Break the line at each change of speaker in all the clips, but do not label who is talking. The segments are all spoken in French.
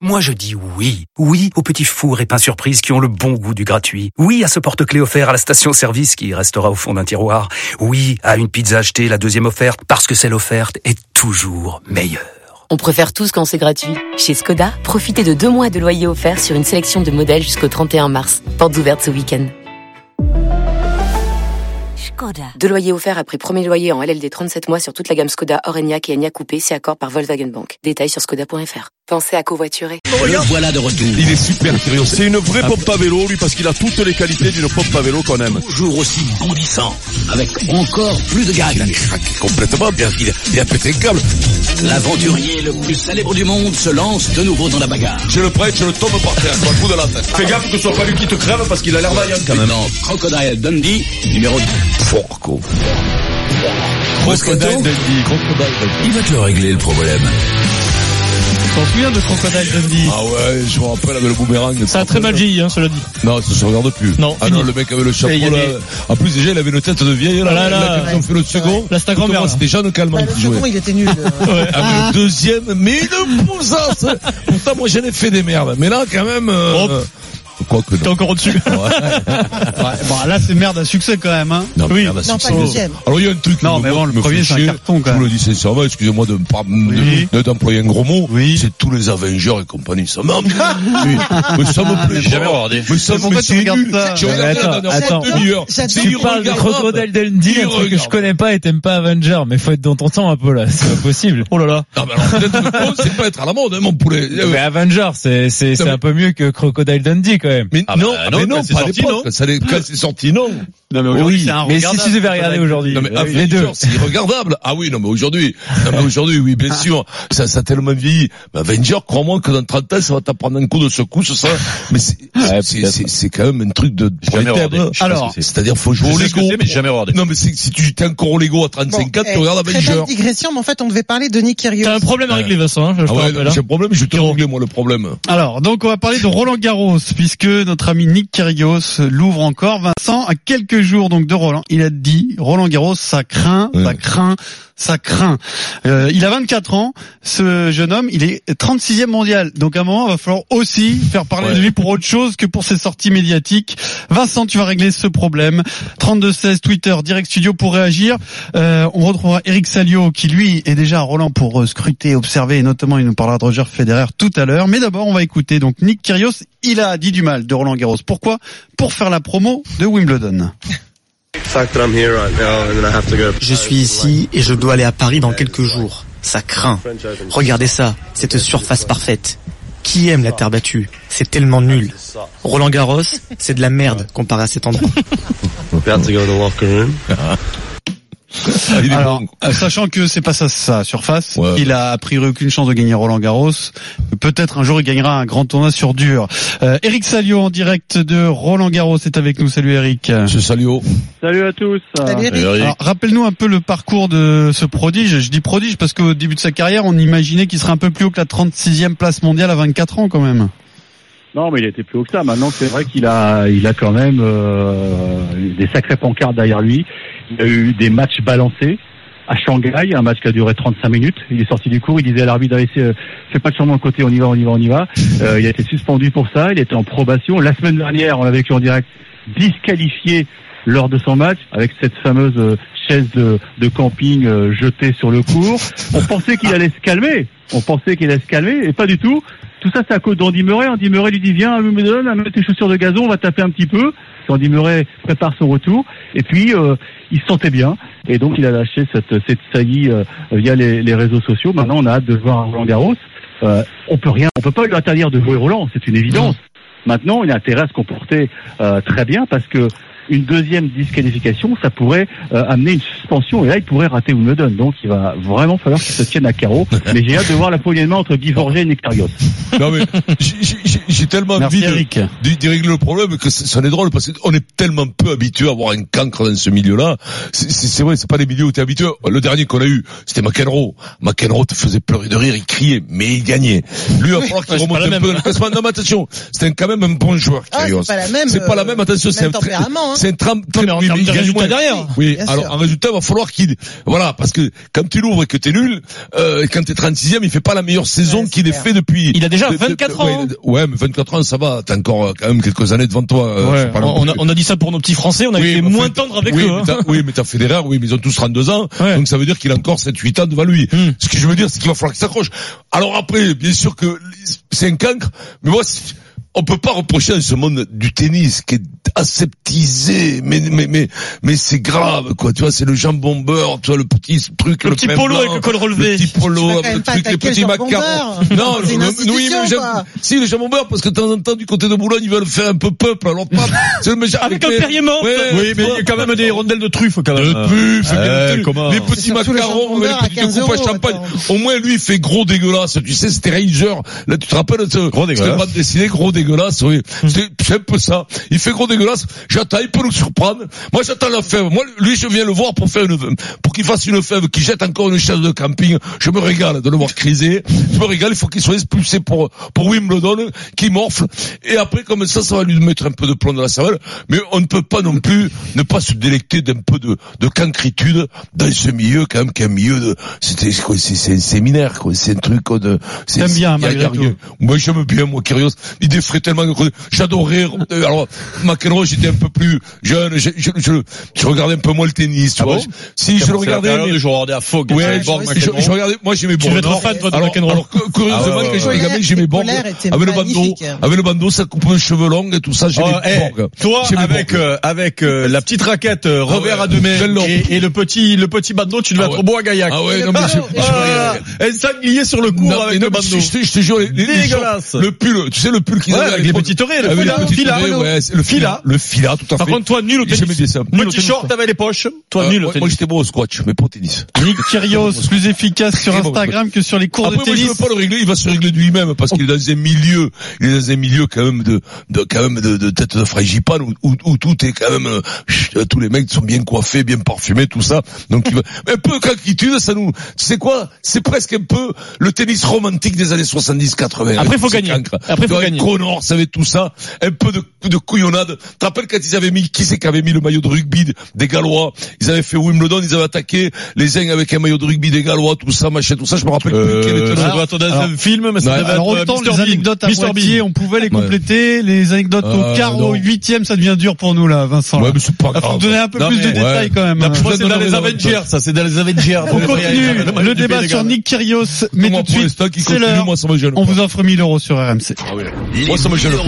Moi je dis oui, oui aux petits fours et pains surprises qui ont le bon goût du gratuit, oui à ce porte-clés offert à la station-service qui restera au fond d'un tiroir, oui à une pizza achetée, la deuxième offerte, parce que celle offerte est toujours meilleure.
On préfère tous quand c'est gratuit. Chez Skoda, profitez de deux mois de loyer offert sur une sélection de modèles jusqu'au 31 mars. Portes ouvertes ce week-end. Deux loyers offerts après premier loyer en LLD 37 mois sur toute la gamme Skoda, Orenia et Enya Coupé, si accord par Volkswagen Bank. Détails sur skoda.fr. Pensez à covoiturer.
Le voilà de retour.
Il est super curieux.
C'est une vraie pompe à vélo, lui, parce qu'il a toutes les qualités d'une pompe à vélo qu'on aime.
Toujours aussi bondissant, avec encore plus de gag.
Il a craqué complètement, bien qu'il il a pété un câble.
L'aventurier le plus célèbre du monde se lance de nouveau dans la bagarre.
Je le prête, je le tombe par terre, sur le coup de la tête. Fais gaffe que ce soit pas lui qui te crève, parce qu'il a l'air vaillant quand même.
Maintenant, Crocodile Dundee, numéro 2.
Porco.
Crocodile
Crocodile
Dundee, Crocodile Dundee.
Il va te le régler le problème.
T'en souviens de Crocodile Dundee
Ah ouais, je me rappelle avec le boomerang.
Ça a très mal vieilli, hein, cela dit.
Non, ça se regarde plus.
Non,
ah
fini.
non, le mec avait le chapeau
Et il y
là.
avait-
En plus, déjà, il avait une tête de vieille là.
Ah
là,
là là,
quand ils ont fait le second.
Là, c'est ta
tout le
grand-mère,
monde,
là.
C'était Jeanne Calment
Bah,
qui
le
jouait.
second, il était nul. euh.
Ouais, ah, mais le deuxième, mais une pousasse Pourtant, moi, j'en ai fait des merdes. Mais là, quand même... euh,
Hop.
Quoi que
T'es
non.
encore au-dessus.
Ouais.
Bon, là, c'est merde à succès quand même. Hein.
Non, mais
Oui.
merde,
Non,
c'est
pas
que
le
c'est-
deuxième.
Alors il y a un truc.
Non,
qui me-
mais bon, le
me
premier,
fait
c'est un
chier.
carton, quand
Je vous le
même.
dis sincèrement, excusez-moi de me par-
Oui.
de- de- d'employer un gros mot.
Oui.
C'est tous les Avengers et compagnie. Ça m'emmerde. mais, mais ça me plaît.
J'ai jamais
regardé. Mais ça
Mais
me plaît.
pourquoi tu
C'est
regardes
nul.
ça
J'ai
Ouais,
regardé
attends,
la dernière
attends.
demi-heure.
J'adore-
C'est
Tu
Tu parles de
irregardable.
Crocodile Dundee,
Il
un truc que je
regarde.
connais pas et t'aimes pas Avenger, mais faut être dans ton temps un peu là, c'est pas possible. Oh là là.
Non, mais alors, d'être con, c'est pas être à la mode, hein, mon poulet. Euh,
Mais Avenger, c'est c'est c'est
mais-
un peu mieux que Crocodile Dundee quand même.
Mais
Ah bah,
non,
non,
mais
quand
non,
c'est
pas à
sorti,
l'époque.
non
Ça l'est- Quand c'est sorti, non.
Non, mais aujourd'hui, c'est un
mais si tu devais regarder aujourd'hui,
Non, mais
euh, les deux.
Avengers, Eh c'est irregardable. Ah oui, non, mais aujourd'hui, non, mais aujourd'hui, oui, bien sûr, ça, ça a tellement vieilli. Mais Avenger, crois-moi que dans 30 ans, ça va t'apprendre un coup de secousse, ça. Mais c'est, c'est,
peut-être.
c'est, c'est quand même un truc de,
J'ai jamais regardé.
pointable.
Je sais pas
Alors,
ce que c'est.
C'est-à-dire, faut
Je
jouer au
sais ce que
Lego.
c'est, mais j'ai jamais regardé.
Non, mais c'est que si tu t'es encore au Lego à 35 ans,
eh,
tu regardes
très belle
Avenger.
digression, mais en fait, on devait parler de Nick Kyrgios.
T'as un problème à régler Vincent, hein, je te
Ah ouais,
rappelle.
non,
hein.
j'ai un problème, je vais te régler, moi, le problème.
Alors, donc on va parler de Roland Garros, puisque notre ami Nick Kyrgios l'ouvre encore. Vincent, à quelques jours donc de Roland, il a dit Roland Garros, ça
hein.
craint, ça
Ouais.
craint, ça craint. Euh, il a 24 ans, ce jeune homme, il est 36e mondial. Donc à un moment, il va falloir aussi faire parler
Ouais.
de lui pour autre chose que pour ses sorties médiatiques. Vincent, tu vas régler ce problème. 32-16, Twitter, Direct Studio pour réagir. Euh, on retrouvera Eric Salio qui lui est déjà à Roland pour euh, scruter, observer et notamment il nous parlera de Roger Federer tout à l'heure. Mais d'abord on va écouter donc Nick Kyrgios. Il a dit du mal de Roland Garros. Pourquoi Pour faire la promo de Wimbledon.
Je suis ici et je dois aller à Paris dans quelques jours. Ça craint. Regardez ça, cette surface parfaite. Qui aime la terre battue C'est tellement nul. Roland Garros, c'est de la merde comparé à cet endroit.
Ah. Il est
Alors,
bon.
Ah.
euh, sachant que c'est pas sa, sa surface,
Ouais.
il a a priori aucune chance de gagner Roland Garros. Peut-être un jour il gagnera un grand tournoi sur dur. Euh, Eric Salio en direct de Roland Garros est avec nous. Salut Eric.
Monsieur Salio.
Salut à tous.
Salut, Eric.
Alors, rappelle-nous un peu le parcours de ce prodige. Je dis prodige parce qu'au début de sa carrière, on imaginait qu'il serait un peu plus haut que la 36e place mondiale à 24 ans quand même.
Non, mais il était plus haut que ça. Maintenant, c'est vrai qu'il a, il a quand même euh, des sacrés pancartes derrière lui. Il a eu des matchs balancés à Shanghai, un match qui a duré 35 minutes. Il est sorti du cours, il disait à l'arbitre Allez, c'est, euh, fais pas de changement de côté, on y va, on y va, on y va. Euh, il a été suspendu pour ça, il était en probation. La semaine dernière, on l'a vécu en direct, disqualifié lors de son match avec cette fameuse euh, chaise de, de camping euh, jetée sur le cours. On pensait qu'il allait se calmer, on pensait qu'il allait se calmer, et pas du tout. Tout ça, c'est à cause d'Andy Murray. Andy Murray lui dit, viens, me donne, mets tes chaussures de gazon, on va taper un petit peu. Andy Murray prépare son retour. Et puis, euh, il se sentait bien. Et donc, il a lâché cette, cette saillie euh, via les, les réseaux sociaux. Maintenant, on a hâte de voir Roland Garros. Euh, on peut rien, on peut pas lui interdire de jouer Roland, c'est une évidence. Maintenant, il a intérêt à se comporter euh, très bien parce que une deuxième disqualification, ça pourrait euh, amener une suspension et là, il pourrait rater Wimbledon. Donc, il va vraiment falloir qu'il se tienne à carreau. Mais j'ai hâte de voir la poignée de main entre Guy Forget et Nick Kyrgios.
Non, mais, j'ai- j'ai- j'ai j'ai tellement
Merci
envie de,
Eric.
d'y d'y régler le problème que c- ça en est drôle parce qu'on est tellement peu habitué à avoir un cancre dans ce milieu-là. C'est- C'est c'est vrai, c'est pas les milieux où t'es habitué. Le dernier qu'on a eu, c'était McEnroe. McEnroe te faisait pleurer de rire, il criait, mais il gagnait. Lui, il va falloir qu'il
c'est
remonte
pas la
un
même.
peu dans le classement. Non, mais attention, c'était quand même un bon joueur.
Ah,
Kyrgios.
c'est pas la même,
C'est pas la
euh,
même, attention, c'est
même
un très-
tempérament, hein.
C'est un tram, tram-
mais en
oui,
termes
mais
de
il gagne
résultats
moins.
derrière.
Oui,
Bien
alors
sûr.
en résultat, il va falloir qu'il... Voilà, parce que quand tu l'ouvres et que t'es nul, euh, quand t'es 36e, il fait pas la meilleure saison
Ouais, c'est
qu'il ait
clair.
fait depuis...
Il a déjà
de- de-
24 ans,
ouais,
hein.
de- Ouais, mais 24 ans, ça va, t'as encore euh, quand même quelques années devant toi. euh,
Ouais,
faut pas non
on, on a,
plus-
on a dit ça pour nos petits Français, on a
Oui,
été
mais
moins
enfin,
tendre avec
oui,
eux.
mais
hein.
t'as- oui, mais t'as Federer, oui, mais ils ont tous 32 ans.
Ouais.
Donc ça veut dire qu'il a encore 7-8 ans devant lui.
Hmm.
Ce que je veux dire, c'est qu'il va falloir qu'il s'accroche. Alors après, bien sûr que c'est un cancre, mais moi, c'est- on peut pas reprocher à ce monde du tennis qui est aseptisé, mais, mais, mais, mais c'est grave, quoi. Tu vois, c'est le jambon beurre, tu vois, le petit truc,
Le
le,
petit
pain
polo
blanc,
avec le col relevé.
Le petit
Tu
polo,
vas quand même
le
pas
truc, les
attaquer le
petits
jambon
macarons.
beurre.
Non,
C'est une
le-
institution,
oui, mais j'aime-
quoi.
si, le jambon beurre, parce que de temps en temps, du côté de Boulogne, ils veulent faire un peu peuple, alors pas, c'est le mec-
Avec un
les-
Perrier mort.
Ouais,
Oui, mais
tu vois,
il y a quand même des rondelles de truffes quand même.
de truffes,
euh,
bien
comment
entendu. les
C'est
petits
surtout le
macarons,
jambon
les
beurre à
petits
15
découpages
euros,
champagne.
attends.
Au moins, lui, il fait gros dégueulasse. Tu sais, c'était Ranger. Là, tu te rappelles, ce,
Gros dégueulasse.
cette bande dessinée, gros dégueulasse, oui.
Mm.
C'est c'est un peu ça. Il fait gros dégueulasse. J'attends, il peut nous surprendre. Moi, j'attends la fève. Moi, lui, je viens le voir pour faire une, pour qu'il fasse une fève, qu'il jette encore une chaise de camping. Je me régale de le voir criser. Je me régale. Il faut qu'il soit expulsé pour, pour Wimbledon, qu'il morfle. Et après, comme ça, ça va lui mettre un peu de plomb dans la cervelle. Mais on ne peut pas non plus ne pas se délecter d'un peu de, de cancritude dans ce milieu, quand même, qui est un milieu de, c'était, c'est quoi, c'est, c'est un séminaire, quoi. C'est un truc, quoi, de, c'est,
T'aimes bien,
il y a- il y a
malgré
rien. Moi, j'aime bien, moi, Kyrgios. Il défrait tellement de choses. J'adorais, euh, alors, McEnroe, j'étais un peu plus jeune, je, je, je, je regardais un peu moins le tennis, tu vois.
Ah bon
Je- si, je le regardais, mais-
je regardais à Fogg.
Ouais,
je-
bon,
je-
je, je regardais, moi j'aimais
Tu
bon.
devais être
alors-
fan, toi, de
alors,
McEnroe.
alors, cu- curieusement,
Ah ouais, ouais,
quand j'étais
ouais.
gamin, j'aimais Borg.
Polaire était
Avec le bandeau,
magnifique.
avec le bandeau, ça coupait les cheveux longs et tout ça, j'aimais
Oh, eh,
Borg.
toi
J'aimais
avec
Borg.
euh, avec euh, la petite raquette euh,
Ah
revers
ouais,
à deux mains
quel nom.
et, et le petit le petit bandeau, tu devais
Ah
être
ouais.
beau à Gaillac.
Ah ouais,
Et
non,
le
mais je,
bandeau,
je regardais.
Et sanglier sur le
Ah, Non,
cours
mais
avec
non,
le
mais
bandeau.
Je, te- je te jure, les, les- les
Dégueulasse.
gens- le pull, tu sais, le pull qu'ils
Ouais,
avaient
avec les
l'époque.
petits torrés, le hein.
Avec Ah les
fila,
petits
fila,
torrés,
fila.
ouais, c'est le fila, le fila, tout à fait.
Par contre, toi, nul au
J'aimais
tennis.
bien ça.
Nul au
Petit
tennis,
short,
toi.
t'avais les poches.
Toi,
Euh,
nul au
moi, moi,
tennis.
j'étais bon au squash, mais pas au tennis.
Nick Kyrgios, plus efficace sur
Très bon,
Instagram que sur les cours
Après,
de
moi, je
tennis.
veux pas le régler, il va se régler de lui-même, parce qu'il est dans un milieu, il est dans un milieu quand même de, de quand même de, de tête de frangipane, où, où, où tout est quand même, euh, chut, euh, tous les mecs sont bien coiffés, bien parfumés, tout ça. Donc, il va, mais un peu qu'inquiétude, ça nous, tu sais quoi? C'est presque un peu le tennis romantique des années 70-80.
Après,
avec
faut
tous ces
gagner.
cancres.
Après, faut
Avec
gagner.
Connors, ça avait tout ça, un peu de, de couillonnade. Tu te rappelles quand ils avaient mis, qui c'est qui avait mis le maillot de rugby de- des Gallois? Ils avaient fait Wimbledon, ils avaient attaqué les uns avec un maillot de rugby des Gallois, tout ça, machin, tout ça, je me rappelle plus quel était
Euh,
le-
je dois attendre un film, mais
Ouais,
ça devait
Alors
être
autant
euh,
les
Mr. Bean.
anecdotes à
Mr.
moitié,
Bean.
on pouvait les compléter. Les anecdotes
Euh,
Ah,
au quart,
non.
au huitième, ça devient dur pour nous là, Vincent.
Ouais,
là.
mais c'est pas
Ah, faut
grave.
donner un peu
Non,
plus de
mais-
détails
Ouais.
quand même.
Non,
Je
hein.
crois que c'est
Je
dans
donne
les
dans les
Avengers, ça, c'est dans les Avengers.
On continue le débat sur Nick Kyrgios, mais
Moi,
tout de
pour
suite,
l'instant, qui
c'est
continue,
l'heure.
moi, ça me gêne
On
pas.
vous offre 1000 euros sur RMC.
Moi, ça me gêne pas.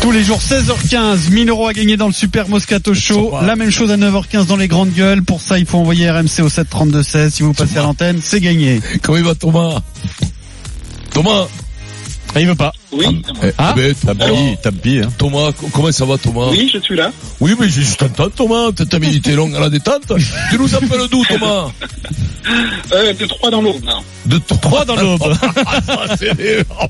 Tous les jours 16h15, 1000 euros à gagner dans le Super Moscato Show. La même chose à 9h15 dans les grandes gueules. Pour ça, il faut envoyer RMC au 732-16. Si vous passez à l'antenne, c'est gagné.
Comment il va, Thomas Thomas
Et il veut pas.
Oui.
Ah.
Thomas,
tapis.
Thomas, co- comment ça va, Thomas
Oui, je suis là.
Oui, mais je je t'entends, Thomas. T'as milité longue à la détente. Tu nous appelles d'où, Thomas
Euh, de trois dans l'aube.
De trois
Dans l'aube.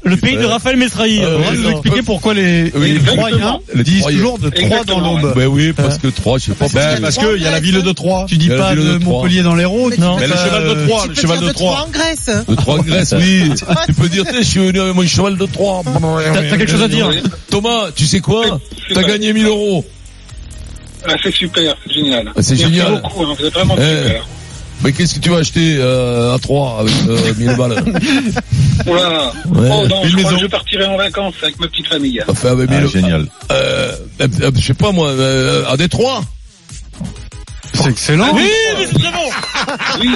Le pays de Raphaël Mesrahi.
Euh,
On va
oui,
nous
non.
expliquer pourquoi les,
Oui,
les
exactement.
Troyens
Les
disent
Troyens.
toujours de 3 dans
Exactement,
l'aube.
Ben oui, parce que trois, je sais pas.
Ben,
Ben,
parce qu'il y a la ville de Troyes.
Tu dis
Il y a
pas
le
de
de Troie.
Montpellier dans les Roses, non
Mais le
Ça,
cheval de
euh,
Troyes,
Tu
le
peux
cheval
dire
de
Troie
Troyes.
en Grèce.
de trois en Grèce, oui. Tu peux dire, tu sais, je suis venu avec mon cheval de trois.
T'as t'as quelque chose à dire
Thomas, tu sais quoi T'as gagné 1000 euros.
Ah, c'est super, c'est génial.
Ah, c'est
Merci
génial.
beaucoup, hein, vous êtes vraiment
Eh.
super.
Mais qu'est-ce que tu vas acheter euh, à trois avec euh, 1000 balles
Oula.
Ouais.
Oh non,
Une
je crois
maison.
que je partirai en vacances avec ma petite famille.
Enfin, avec 1000
Ah,
euros.
génial.
euh, euh, euh, je sais pas moi, euh, à Détroit.
C'est excellent.
Oui, mais c'est très bon
Oui,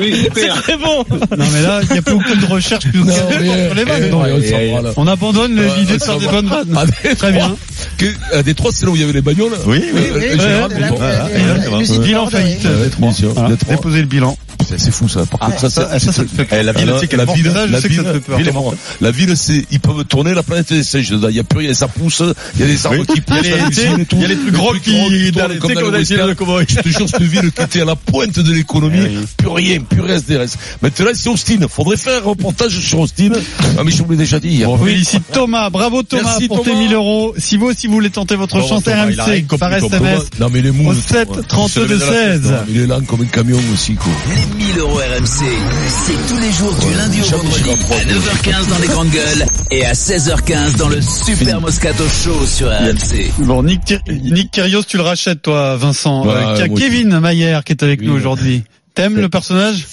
oui
C'est
super.
très bon
Non mais là, il n'y a plus aucune recherche, plus aucun débat entre les vannes.
Ouais, on s'en
eh,
branle.
On abandonne
euh, Ouais,
l'idée
on
de faire
s'en
des
branle.
bonnes vannes.
À Détroit.
Très bien.
Que- à Détroit, c'est là où il y avait les bagnoles.
Oui, Ah, oui,
Euh,
oui,
en général,
oui,
bon,
oui,
bon.
voilà,
oui,
et là,
oui,
tu vois.
oui, oui,
Bilan
oui.
faillite.
Euh, bien sûr,
Voilà,
Détroit.
Déposer le bilan.
C'est c'est fou ça. Par contre, ça, ça,
ça, ça te fait
Eh, la ville, tu sais qu'elle
la
est
ville,
Ça, je
la
sais que ça
ville-
te fait peur.
ville est morte. La ville, c'est, ils peuvent tourner, la planète est sèche dedans. Il y a plus rien, ça pousse, il y a des arbres
Oui.
qui poussent,
Il y a
la
les-
piscine
tu sais,
et tout.
il y a les plus
Le
grands
truc
qui-
tourne,
dans les-
comme
tu sais,
dans
comme
le
dans les films de
western.
cowboy.
Je te jure, cette ville qui était à la pointe de l'économie,
Eh oui.
plus rien, plus rien, des restes. Maintenant, c'est Austin. Faudrait faire un reportage sur Austin. Ah, mais je vous l'ai déjà dit.
On félicite Thomas, bravo Thomas
Merci,
pour tes
Thomas.
1000 euros. Si vous aussi vous voulez tenter votre
Bravo,
chance
Thomas, il a rien
RMC
compris,
par
Thomas.
SMS
Non, mais les
au
moules.
7
ouais.
32
Il se levait dans la
16.
Il est lent comme un camion aussi, quoi.
Les 1000 euros RMC. C'est tous les jours du lundi au vendredi à 9h15 dans les grandes gueules et à 16h15 dans le Super Moscato Show sur RMC.
Bon, Nick, Thir- Nick Kyrgios, tu le rachètes, toi, Vincent.
Ouais,
Euh, qu'il y a
moi aussi.
Kevin Maillère qui est avec
Oui,
nous
ouais.
aujourd'hui. T'aimes le personnage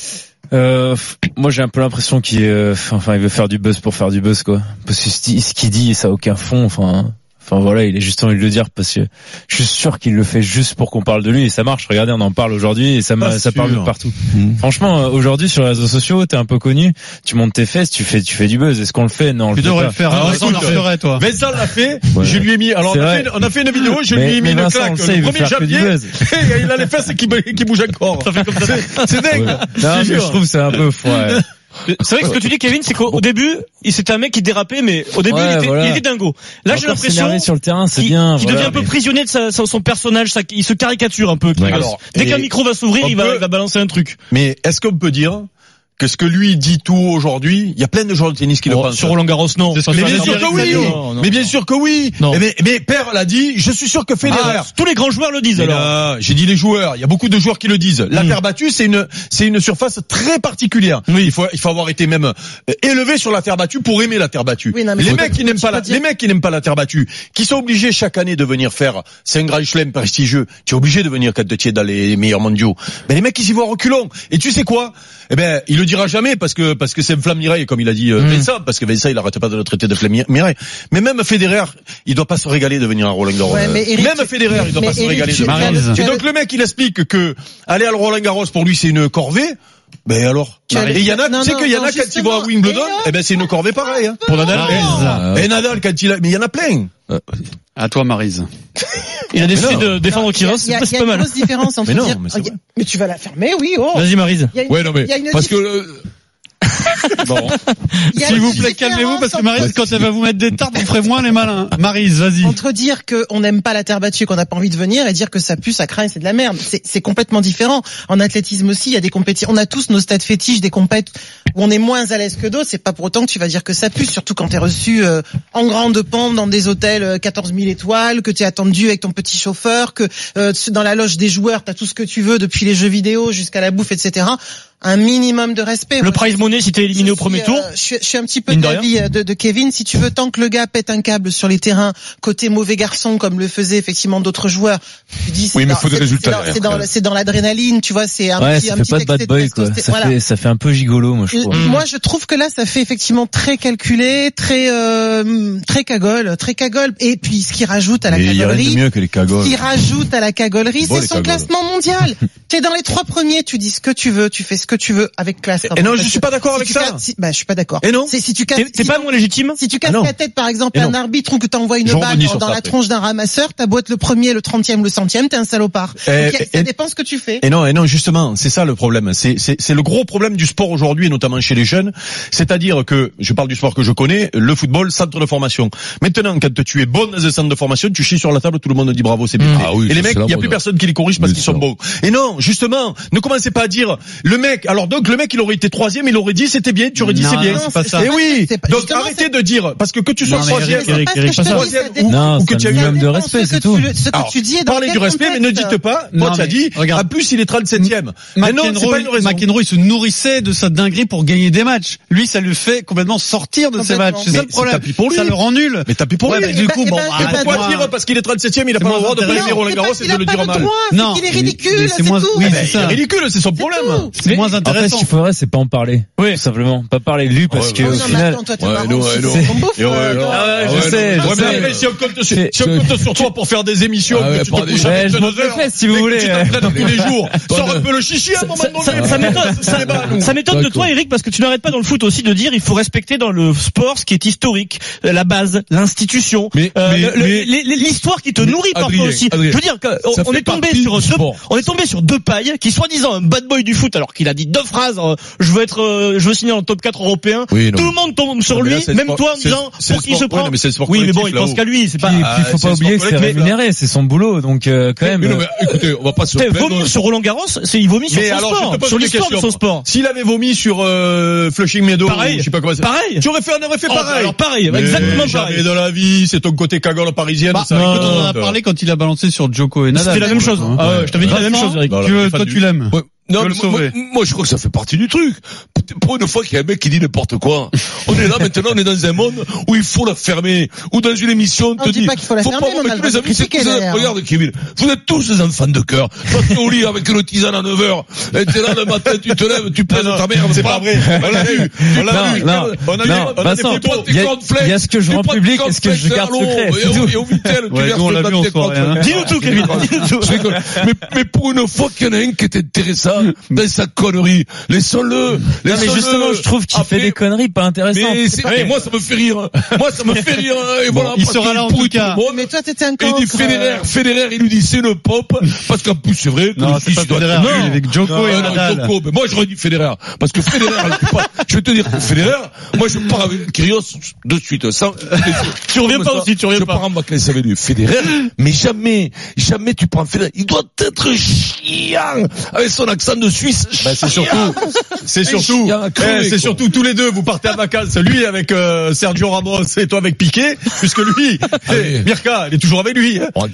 Euh, f- moi j'ai un peu l'impression qu'il est, euh, f- enfin il veut faire du buzz pour faire du buzz quoi. Parce que ce qui- ce qu'il dit ça a aucun fond. Enfin, hein. enfin voilà il est juste envie de le dire parce que je suis sûr qu'il le fait juste pour qu'on parle de lui et ça marche. Regardez on en parle aujourd'hui et ça m'a-
Pas
ça parle
sûr.
de partout. Franchement euh, aujourd'hui sur les réseaux sociaux t'es un peu connu, tu montes tes fesses, tu fais tu fais du buzz. Est-ce qu'on le fait Non. on
Tu
le fait
devrais
pas.
le faire.
Ah,
Vincent le
écoute,
ferait, toi.
Vincent l'a fait,
Ouais.
je lui ai mis, alors on
C'est
a,
vrai.
fait, on a fait une vidéo, je
Mais-
lui ai mis
mais
une
Vincent, on
claque,
le sait, il
le
veut
premier
faire que du
javier,
buzz.
et il a les fesses qui, bou- qui bougent encore. C'est- C'est dingue.
Non, mais je
jure.
trouve que c'est un peu fou. ouais.
C'est vrai que ce que tu dis, Kevin, c'est qu'au au début, il- c'était un mec qui dérapait, mais au début,
Ouais,
il, était,
voilà.
il était dingo. Là,
Encore
j'ai l'impression
s'énerver sur le terrain, c'est
qu'il
bien.
qu'il
voilà,
devient un peu
mais-
prisonnier de sa- sa- son personnage, ça- il se caricature un peu. Kyrgios.
Alors,
Dès
et
qu'un micro va s'ouvrir,
on
il va,
peut-
il va balancer un truc.
Mais est-ce qu'on peut dire que ce que lui dit tout haut aujourd'hui, il y a plein de joueurs de tennis qui le
Bon,
pensent.
sur Roland Garros, non.
C'est ce que
mais
j'ai
bien
dit
sûr
avec
que oui.
Fabio. Non, non.
mais bien sûr que oui. Eh,
Non.
Mais, mais Père l'a dit. Je suis sûr que Federer.
Ah, tous les grands joueurs le disent
Mais
alors.
là, j'ai dit les joueurs. Il y a beaucoup de joueurs qui le disent. La
Hmm.
terre battue, c'est une, c'est une surface très particulière. Il faut, il faut avoir été même euh, élevé sur la terre battue pour aimer la terre battue.
Oui, non, mais
les
faut-
mecs qui n'aiment
faut
pas
pas
la,
dire-
les mecs qui n'aiment pas la terre battue, qui sont obligés chaque année de venir faire, c'est un grand chelem prestigieux. Tu es obligé de venir quand tu es dans les meilleurs mondiaux. Mais les mecs, ils y vont reculons. Et tu sais quoi? Eh ben, il le dira jamais parce que, parce que c'est un flamme Mireille, comme il a dit euh, Vincent, parce que Vincent, il arrête pas de le traiter de flamme Mireille. Mais même Federer, il doit pas se régaler de venir à Roland Garros.
Ouais, mais Eric,
même
tu-
Federer, il doit
mais
pas se
Eric,
régaler
tu-
de
tu as-
Maryse.
tu
et
as-
donc le mec il explique que aller à le Roland Garros pour lui c'est une corvée. Ben alors.
Tu as
Et il y en a,
non,
tu sais
non,
qu'il y en
non,
a quand ils
justement.
vont à Wimbledon,
Et
eh ben c'est une corvée pareille. Hein.
Pour Nadal
Ah.
Maryse.
Et Nadal quand il a, mais il y en a plein.
Euh,
À toi, Marise.
Il a décidé
non.
de défendre
Il y a-
Kyrgios,
il y
c'est pas-
a- il y
c'est
a
pas
une
mal.
grosse différence entre
Mais non,
dire.
mais c'est
oh, il y a- Mais tu vas la fermer, oui, oh.
Vas-y, Marise.
Il y a une-
Ouais non mais
il y a une
parce que
dif-
euh, bon,
il y a
S'il
une
vous plaît,
différence
calmez-vous, parce que
entre-
Marise, quand elle va vous mettre des tartes, vous ferez moins les malins. Marise, vas-y.
Entre dire qu'on n'aime pas la terre battue, qu'on n'a pas envie de venir, et dire que ça pue, ça craint, c'est de la merde. C'est c'est complètement différent. En athlétisme aussi, il y a des compétitions. On a tous nos stades fétiches, des compètes où on est moins à l'aise que d'autres. C'est pas pour autant que tu vas dire que ça pue, surtout quand t'es reçu euh, en grande pompe dans des hôtels euh, 14 000 étoiles, que t'es attendu avec ton petit chauffeur, que euh, dans la loge des joueurs, t'as tout ce que tu veux, depuis les jeux vidéo jusqu'à la bouffe, etc. Un minimum de respect.
Le
Moi, je
prize money, si t'es éliminé
je
au premier
suis,
tour.
euh, je, suis- je suis un petit peu
Mine de
d'avis euh, de, de Kevin. Si tu veux, tant que le gars pète un câble sur les terrains, côté mauvais garçon, comme le faisaient effectivement d'autres joueurs, tu dis c'est
Oui, mais
dans-
faut des
c'est-
résultats
c'est dans-
derrière,
C'est dans,
quand même.
c'est dans l'adrénaline, tu vois. C'est un
Ouais,
petit,
ça
un
fait
petit
pas de
excès
bad boy quoi.
testosté-
Ça
voilà.
fait ça fait un peu gigolo moi je
Euh,
trouve.
Moi, je trouve que là, ça fait effectivement très calculé, très euh, très cagole, très cagole. Et puis, ce qui rajoute à la
il y a rien de
cagolerie,
mieux que les
ce
cagoles.
qui rajoute à la cagolerie,
Bon,
c'est
les
son
cagoles.
classement mondial. T'es dans les trois premiers, tu dis ce que tu veux, tu fais ce que tu veux avec classe.
Et non, je
Parce
suis
que
pas d'accord
si
avec
tu
ça.
casses- si- bah, je suis pas d'accord.
Et non.
C'est- si tu casses,
T'es t'es
si-
pas moins légitime
si tu
Ah
casses
non.
la tête, par exemple,
Et
à
non.
un arbitre ou que t'envoies une
Je
balle
rebondis
dans,
sur
dans
ça
la
après.
tronche d'un ramasseur, t'as beau être le premier, le trentième, le centième, t'es un salopard.
Eh,
Donc, y a-
eh,
ça dépend ce que tu fais.
Et non, et non, justement, c'est ça le problème. C'est, c'est, c'est le gros problème du sport aujourd'hui, et notamment chez les jeunes. C'est-à-dire que, je parle du sport que je connais, le football, centre de formation. Maintenant, quand tu es bon dans un centre de formation, tu chies sur la table, tout le monde dit bravo, c'est bien.
Mm.
Ah oui,
et les
ça,
mecs,
c'est la
il y a
mode.
plus personne qui les corrige parce
Bien
qu'ils
sûr.
sont beaux. Et non, justement, ne commencez pas à dire, le mec, alors donc, le mec, il aurait été troisième, il aurait dit, c'était bien, tu aurais dit,
Non,
c'est bien.
non, c'est pas ça.
Et oui!
C'est pas-
Donc,
justement,
arrêtez de dire, parce que que tu sois
Non, mais
troisième,
Eric, Eric, Eric,
c'est
pas
pas
ça.
ce que je te dis, ça dépend-
Non,
ou
c'est
que tu
un
aies-
minimum de
ça dépend
respect,
ce que
c'est
tu-
tout.
le- Ce
Alors,
que tu dis et dans
Parlez
quel
du respect, mais ne
contexte.
dites pas, moi,
Non,
tu as
mais
dit,
regarde.
en plus, il est 37ème. Mais non, c'est pas une
McEnroe,
raison.
McEnroe, il se nourrissait de sa dinguerie pour gagner des matchs. Lui, ça le fait complètement sortir de ses
Complètement.
matchs. C'est ça
Mais
le
c'est
problème.
tant pis pour lui.
Ça le rend nul.
Mais tapez pour
Ouais,
lui.
mais du
bah,
coup,
eh
bon,
ben, eh
Et
ben,
ah,
arrête-moi.
pourquoi dire parce qu'il est 37ème, il a
C'est
pas
moins
le droit de
intéressant.
blâmer Roland Garros et de le dire mal.
Non,
Non, il est
mais- mais
ridicule,
c'est
c'est
moins-
tout.
oui,
Eh
c'est
ben, il
ça.
est ridicule, c'est son problème.
C'est moins
En fait, ce
intéressant.
qu'il faudrait, c'est pas en parler.
Oui.
Tout simplement. Pas parler de lui parce
Ouais,
que
ouais,
au
ouais.
Non, mais
final.
attends, toi, t'es
Ouais,
marrant,
non,
tu
ouais,
te
non.
fais ton bouffe,
Et ouais,
euh,
non.
toi.
Ah
je
ouais,
sais,
non.
je
Ouais, mais
sais.
après, si on compte, sur-
C'est-
si on compte sur toi pour faire des émissions,
Ah ouais,
que tu te
prends des-
couches
Ouais,
avec
je
ton
me
odeur,
fais, si vous
et que
voulez.
Tu t'entraînes tous les jours. Sors
Bonne-
un peu le chichi à un moment
Ça,
donné.
ça- ça m'étonne, ça- ça m'étonne de toi, Eric, parce que tu n'arrêtes pas dans le foot aussi de dire il faut respecter dans le sport ce qui est historique, euh, la base, l'institution,
Mais-
euh,
mais-
le- le-
mais-
les- les- l'histoire qui te nourrit parfois
Adrien,
aussi.
Adrien,
Je veux dire que on-
ça
on
fait
est tombé
partie
sur
du
ce-
sport.
on est tombé sur deux pailles qui soi-disant un bad boy du foot alors qu'il a dit deux phrases. euh, je veux être, euh, je veux signer en top 4 européen.
Oui, non,
Tout
mais-
le monde tombe sur
Non, mais
lui,
là, c'est le
même
sport-
toi en
c'est-
disant
c'est
pour
le
qui il se
sport- ouais,
prend.
non, mais c'est le sport
Oui, mais bon,
collectif,
il pense
là-haut.
qu'à lui. C'est pas.
Puis,
Ah,
puis faut
c'est
pas
le
oublier que
sport
c'est
collectif, là.
rémunéré, c'est son boulot, donc euh, quand même.
Mais non, mais écoutez, on va pas se
Putain,
perdre.
Vomir euh, sur Roland Garros, c'est il vomit sur
Mais
son
alors, je te
sport,
pose
sur
une
l'histoire de
question.
son sport.
S'il avait vomi sur euh, Flushing Meadow,
Pareil.
ou je sais pas comment ça.
Pareil.
Tu aurais fait, on aurait fait
Oh,
pareil.
alors pareil,
Mais
exactement
Jamais
pareil.
dans la vie, c'est ton côté cagole parisienne.
Bah,
ça
écoute,
rigole.
on en a parlé quand il a balancé sur Joko et Nadal.
C'était la même chose.
Hein.
Ah ouais, je t'avais dit la même
Vincent,
chose, Eric.
Bah, alors,
tu veux-
il est fan
toi,
du-
tu l'aimes.
Ouais, Non, mais
veut le sauver.
Moi, moi, je crois que ça fait partie du truc. Pour une fois qu'il y a un mec qui dit n'importe quoi. On est là maintenant, on est dans un monde où il faut la fermer, ou dans une émission, on
On
te
dit
dit,
pas qu'il faut la fermer, mais on a le
tous mes
droit de
amis, c'est
critiquer
tous des-
derrière.
regarde Kevin, vous êtes tous des enfants de cœur. Toi, au lit avec le tisane à 9h, et t'es là le matin, tu te lèves, tu
Ah
plaises ta mère, c'est pas vrai. On l'a vu, on l'a
Non,
vu,
non,
on a
non,
vu, on a des
Vincent,
photos,
il y a-
tes cornflakes,
il y a ce que je
tu
rends
prends tes
public et ce que je garde
cornflakes,
secret,
allô,
c'est
Et au-
tout.
et au Vitel, tu
Ouais,
verses
nous, on
le
l'a vu en
papier
soirée,
cornflakes.
hein. Dis-nous tout, Kevin, dis-nous tout.
Je rigole. mais, mais pour une fois qu'il y en a un qui est intéressant dans sa connerie, laissons-le.
Non,
laissons-le.
mais justement, je trouve qu'il fait
Après-
des conneries pas intéressantes.
Mais, c'est- mais moi, ça me fait rire. Moi, ça me fait rire. Et voilà,
il
parce
sera
que
là en
pourrit
tout cas.
tout le monde.
Mais toi, t'étais un
Et il
cancre.
dit
euh.
Federer, Federer, il lui dit c'est le pop, parce qu'en plus c'est vrai que le
Non, c'est
Suisse
pas
doit-
Federer,
Non,
lui, il est avec Djoko
non,
et
non,
Nadal.
Djoko, mais moi je redis Federer, parce que Federer, je, peux pas- je vais te dire que Federer, moi je pars avec Kyrgios de suite, sans,
Tu reviens pas aussi, tu reviens
je
pas.
pars en vacances avec lui. Federer, mais jamais, jamais tu prends Federer, il doit être chiant, avec son accent de Suisse,
Bah, c'est surtout, c'est surtout,
chien à crever,
eh, c'est
quoi.
surtout tous les deux, vous partez à vacances, lui avec
Ah
euh, Sergio Ramos et toi avec Piqué, puisque lui, eh, Mirka, elle est toujours avec lui. hein.